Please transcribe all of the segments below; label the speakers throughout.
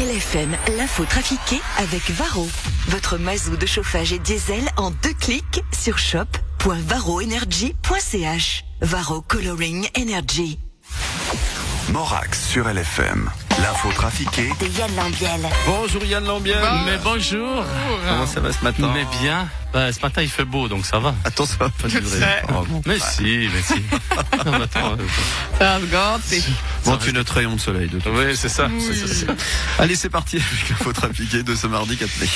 Speaker 1: LFM, l'info trafiquée avec Varro. Votre mazou de chauffage et diesel en deux clics sur shop.varroenergy.ch. Varro Coloring Energy.
Speaker 2: Morax sur LFM. L'info trafiquée.
Speaker 3: de Yann Lambiel.
Speaker 4: Bonjour Yann Lambiel.
Speaker 5: Mais bonjour
Speaker 4: Comment ça va ce matin
Speaker 5: Mais bien bah, Ce matin il fait beau donc ça va. Ah
Speaker 4: Attends, ça va pas durer. Oh, bon,
Speaker 5: Mais si, mais si. Non, mais attends, euh,
Speaker 4: manque une autre rayon de soleil de toute
Speaker 5: oui, c'est ça. c'est ça, c'est ça.
Speaker 4: façon. Allez, c'est parti avec l'info trafiquée de ce mardi 4 mai.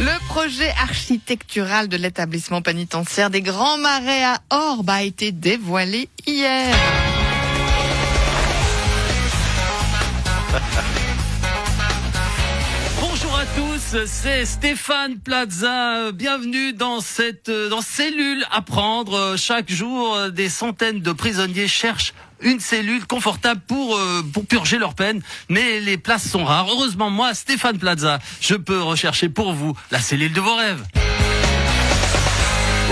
Speaker 6: Le projet architectural de l'établissement pénitentiaire des Grands Marais à Orbe a été dévoilé hier.
Speaker 5: Bonjour à tous, c'est Stéphane Plaza. Bienvenue dans cette euh, dans cellule à prendre. Euh, Chaque jour, euh, des centaines de prisonniers cherchent une cellule confortable pour euh, pour purger leur peine, mais les places sont rares. Heureusement, moi, Stéphane Plaza, je peux rechercher pour vous la cellule de vos rêves.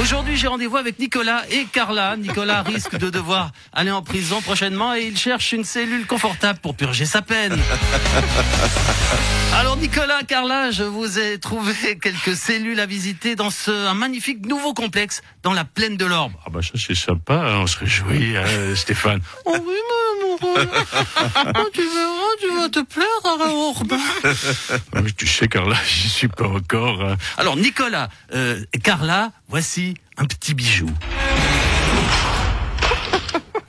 Speaker 5: Aujourd'hui, j'ai rendez-vous avec Nicolas et Carla. Nicolas risque de devoir aller en prison prochainement et il cherche une cellule confortable pour purger sa peine. Alors Nicolas, Carla, je vous ai trouvé quelques cellules à visiter dans ce un magnifique nouveau complexe dans la plaine de l'Orbe. Ah bah ça c'est sympa, hein, on se réjouit, hein, Stéphane. Oh oui, mon amoureux. Oh, tu verras, tu vas te plaire à Orbe. Mais Ah tu sais, Carla, j'y suis pas encore. hein. Alors Nicolas, euh, Carla, voici un petit bijou.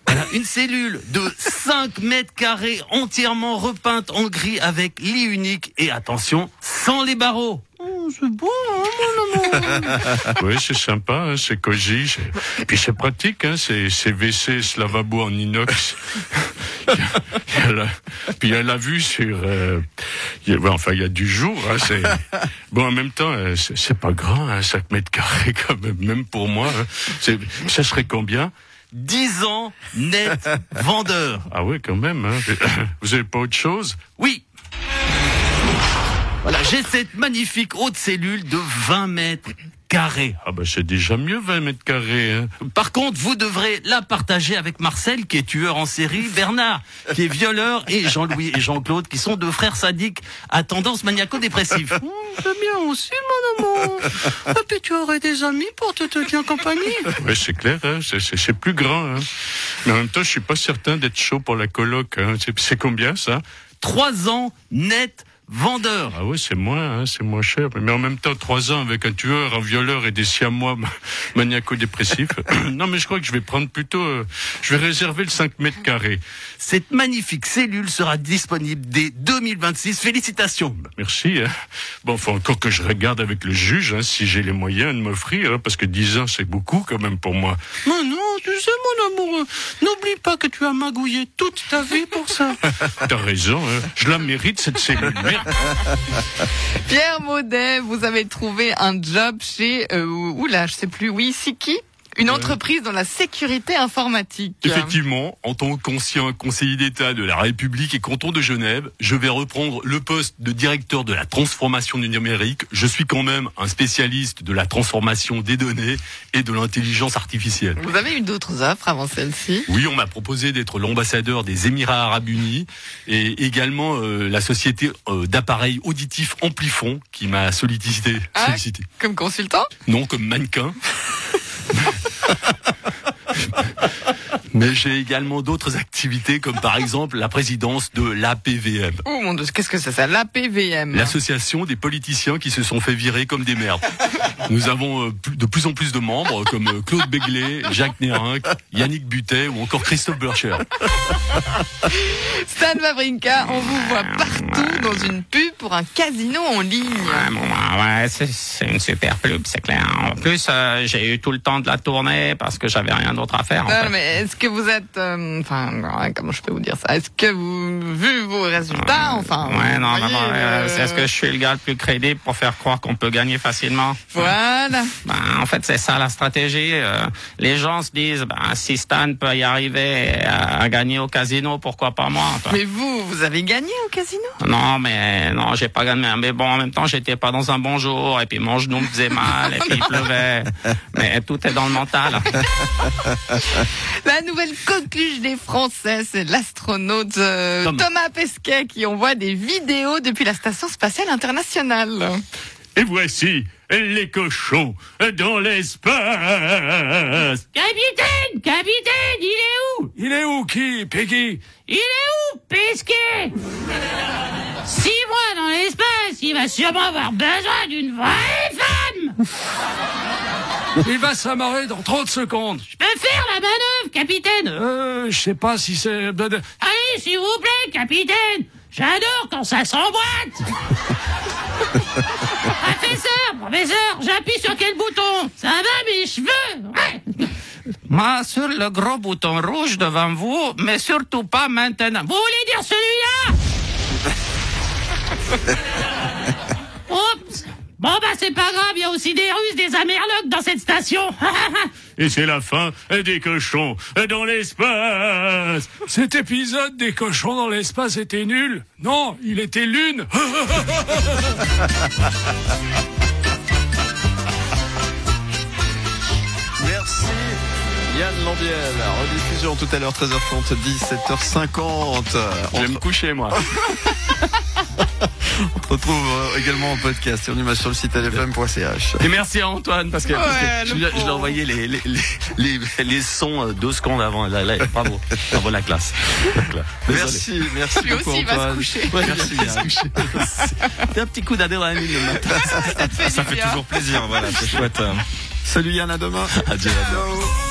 Speaker 5: Elle a une cellule de 5 mètres carrés entièrement repeinte en gris avec lit unique et attention, sans les barreaux. c'est beau,
Speaker 7: Oui, c'est sympa, hein, c'est cosy. c'est- Puis c'est pratique, hein, ces, ces WC, ce lavabo en inox. Il y a la- Puis il y a la vue sur... euh, il y a- ouais, enfin, il y a du jour. hein, c'est- bon, en même temps, euh, c'est c'est pas grand, hein, 5 mètres carrés quand même, même pour moi. hein. C'est- Ça serait combien
Speaker 5: 10 ans net vendeur.
Speaker 7: Ah oui, quand même. hein. Vous avez pas autre chose
Speaker 5: Oui. Voilà, j'ai cette magnifique haute cellule de 20 mètres carrés.
Speaker 7: Ah ben c'est déjà mieux 20 mètres carrés. hein.
Speaker 5: Par contre, vous devrez la partager avec Marcel, qui est tueur en série, Bernard, qui est violeur, et Jean-Louis et Jean-Claude, qui sont deux frères sadiques à tendance maniaco-dépressive. Mmh, C'est bien aussi, mon amour. Et puis tu aurais des amis pour te tenir compagnie.
Speaker 7: Oui, c'est clair, hein, c'est- c'est c'est plus grand. hein. Mais en même temps, je suis pas certain d'être chaud pour la coloc. hein. C'est- C'est combien ça
Speaker 5: Trois ans net vendeur.
Speaker 7: Ah ouais, c'est moins, hein, c'est moins cher. Mais en même temps, trois ans avec un tueur, un violeur et des siamois ma- maniaco-dépressifs. non, mais je crois que je vais prendre plutôt... euh, je vais réserver le 5 mètres carrés.
Speaker 5: Cette magnifique cellule sera disponible dès 2026. Félicitations.
Speaker 7: Merci. hein. Bon, faut encore que je regarde avec le juge hein, si j'ai les moyens de m'offrir, hein, parce que 10 ans, c'est beaucoup quand même pour moi.
Speaker 5: Mais non, tu sais, mon amoureux, n'oublie pas que tu as magouillé toute ta vie pour ça.
Speaker 7: T'as raison, hein, je la mérite, cette cellule. Merde.
Speaker 6: Pierre Maudet, vous avez trouvé un job chez, euh, oula, je sais plus, oui, Siki, une entreprise dans la sécurité informatique.
Speaker 8: Effectivement, en tant qu'ancien conseiller d'État de la République et canton de Genève, je vais reprendre le poste de directeur de la transformation du numérique. Je suis quand même un spécialiste de la transformation des données et de l'intelligence artificielle.
Speaker 6: Vous avez eu d'autres offres avant celle-ci
Speaker 8: Oui, on m'a proposé d'être l'ambassadeur des Émirats Arabes Unis et également euh, la société euh, d'appareils auditifs Amplifon qui m'a sollicité.
Speaker 6: Ah.
Speaker 8: sollicité.
Speaker 6: comme consultant
Speaker 8: Non, comme mannequin. Mais j'ai également d'autres activités, comme par exemple la présidence de l'APVM,
Speaker 6: Oh mon dieu, qu'est-ce que c'est ça La PVM.
Speaker 8: l'association des politiciens qui se sont fait virer comme des merdes. Nous avons euh, plus- de plus en plus de membres, comme euh, Claude Béglé, Jacques Nérinck, Yannick Butet ou encore Christophe Bircher.
Speaker 6: Stan Wawrinka, on vous voit partout dans une pub pour un casino en ligne.
Speaker 9: Ouais, bon, ouais, ouais, c'est- c'est une super pub, c'est clair. En plus, euh, j'ai eu tout le temps de la tourner parce que j'avais rien d'autre à faire. en
Speaker 6: Non,
Speaker 9: fait.
Speaker 6: Euh, mais est-ce que vous êtes, euh, enfin, ouais, comment je peux vous dire ça Est-ce que vous, vu vos résultats, enfin,
Speaker 9: Ouais,
Speaker 6: vous
Speaker 9: non,
Speaker 6: voyez,
Speaker 9: non, non,
Speaker 6: euh,
Speaker 9: euh, c'est- est-ce que je suis le gars le plus crédible pour faire croire qu'on peut gagner facilement
Speaker 6: voilà.
Speaker 9: Ben, en fait, c'est ça la stratégie. euh, les gens se disent, ben, si Stan peut y arriver à, à gagner au casino, pourquoi pas moi toi.
Speaker 6: Mais vous, vous avez gagné au casino
Speaker 9: Non, mais non, j'ai pas gagné. Mais bon, en même temps, j'étais pas dans un bon jour. Et puis mon genou me faisait mal. Et puis il pleuvait. Mais tout est dans le mental.
Speaker 6: La nouvelle coqueluche des Français, c'est l'astronaute euh,
Speaker 5: Thomas.
Speaker 6: Thomas Pesquet qui envoie des vidéos depuis la station spatiale internationale.
Speaker 7: Et voici les cochons dans l'espace.
Speaker 3: Capitaine, capitaine, il est où
Speaker 7: Il est où qui, Peggy
Speaker 3: Il est où, Pesquet Six mois dans l'espace, il va sûrement avoir besoin d'une vraie femme
Speaker 7: Il va s'amarrer dans 30 secondes.
Speaker 3: Je peux faire la manœuvre, capitaine
Speaker 7: Euh, je sais pas si c'est...
Speaker 3: Allez, s'il vous plaît, capitaine J'adore quand ça s'emboîte Professeur, professeur, j'appuie sur quel bouton Ça va mes cheveux Ouais.
Speaker 9: Moi, sur le gros bouton rouge devant vous, mais surtout pas maintenant.
Speaker 3: Vous voulez dire celui-là Oups Bon bah c'est pas grave, il y a aussi des Russes, des Amerlocs dans cette station
Speaker 7: Et c'est la fin des cochons dans l'espace. Cet épisode des cochons dans l'espace était nul. Non, il était lune.
Speaker 4: Merci Yann Lambiel. Rediffusion tout à l'heure 13h30, 17h50.
Speaker 8: Je vais me coucher, moi.
Speaker 4: On se retrouve euh, également en podcast sur l'image sur le site lfm.ch.
Speaker 8: Et merci à Antoine, parce que, parce que
Speaker 6: Ouais,
Speaker 8: je,
Speaker 6: le
Speaker 8: lui ai- je lui ai
Speaker 6: pauvre.
Speaker 8: envoyé les, les, les, les, les sons euh, deux secondes avant. Là, là, bravo, bravo la classe. La classe. Désolé.
Speaker 4: Merci, merci
Speaker 6: Lui
Speaker 4: beaucoup
Speaker 6: aussi, il va se
Speaker 4: Antoine.
Speaker 6: coucher.
Speaker 4: Ouais, merci Yann.
Speaker 8: Fais un petit coup d'adrénaline le matin.
Speaker 6: Ça fait du bien.
Speaker 8: plaisir, voilà, c'est chouette.
Speaker 4: Salut Yann, à demain.
Speaker 8: Adieu.
Speaker 4: Ciao.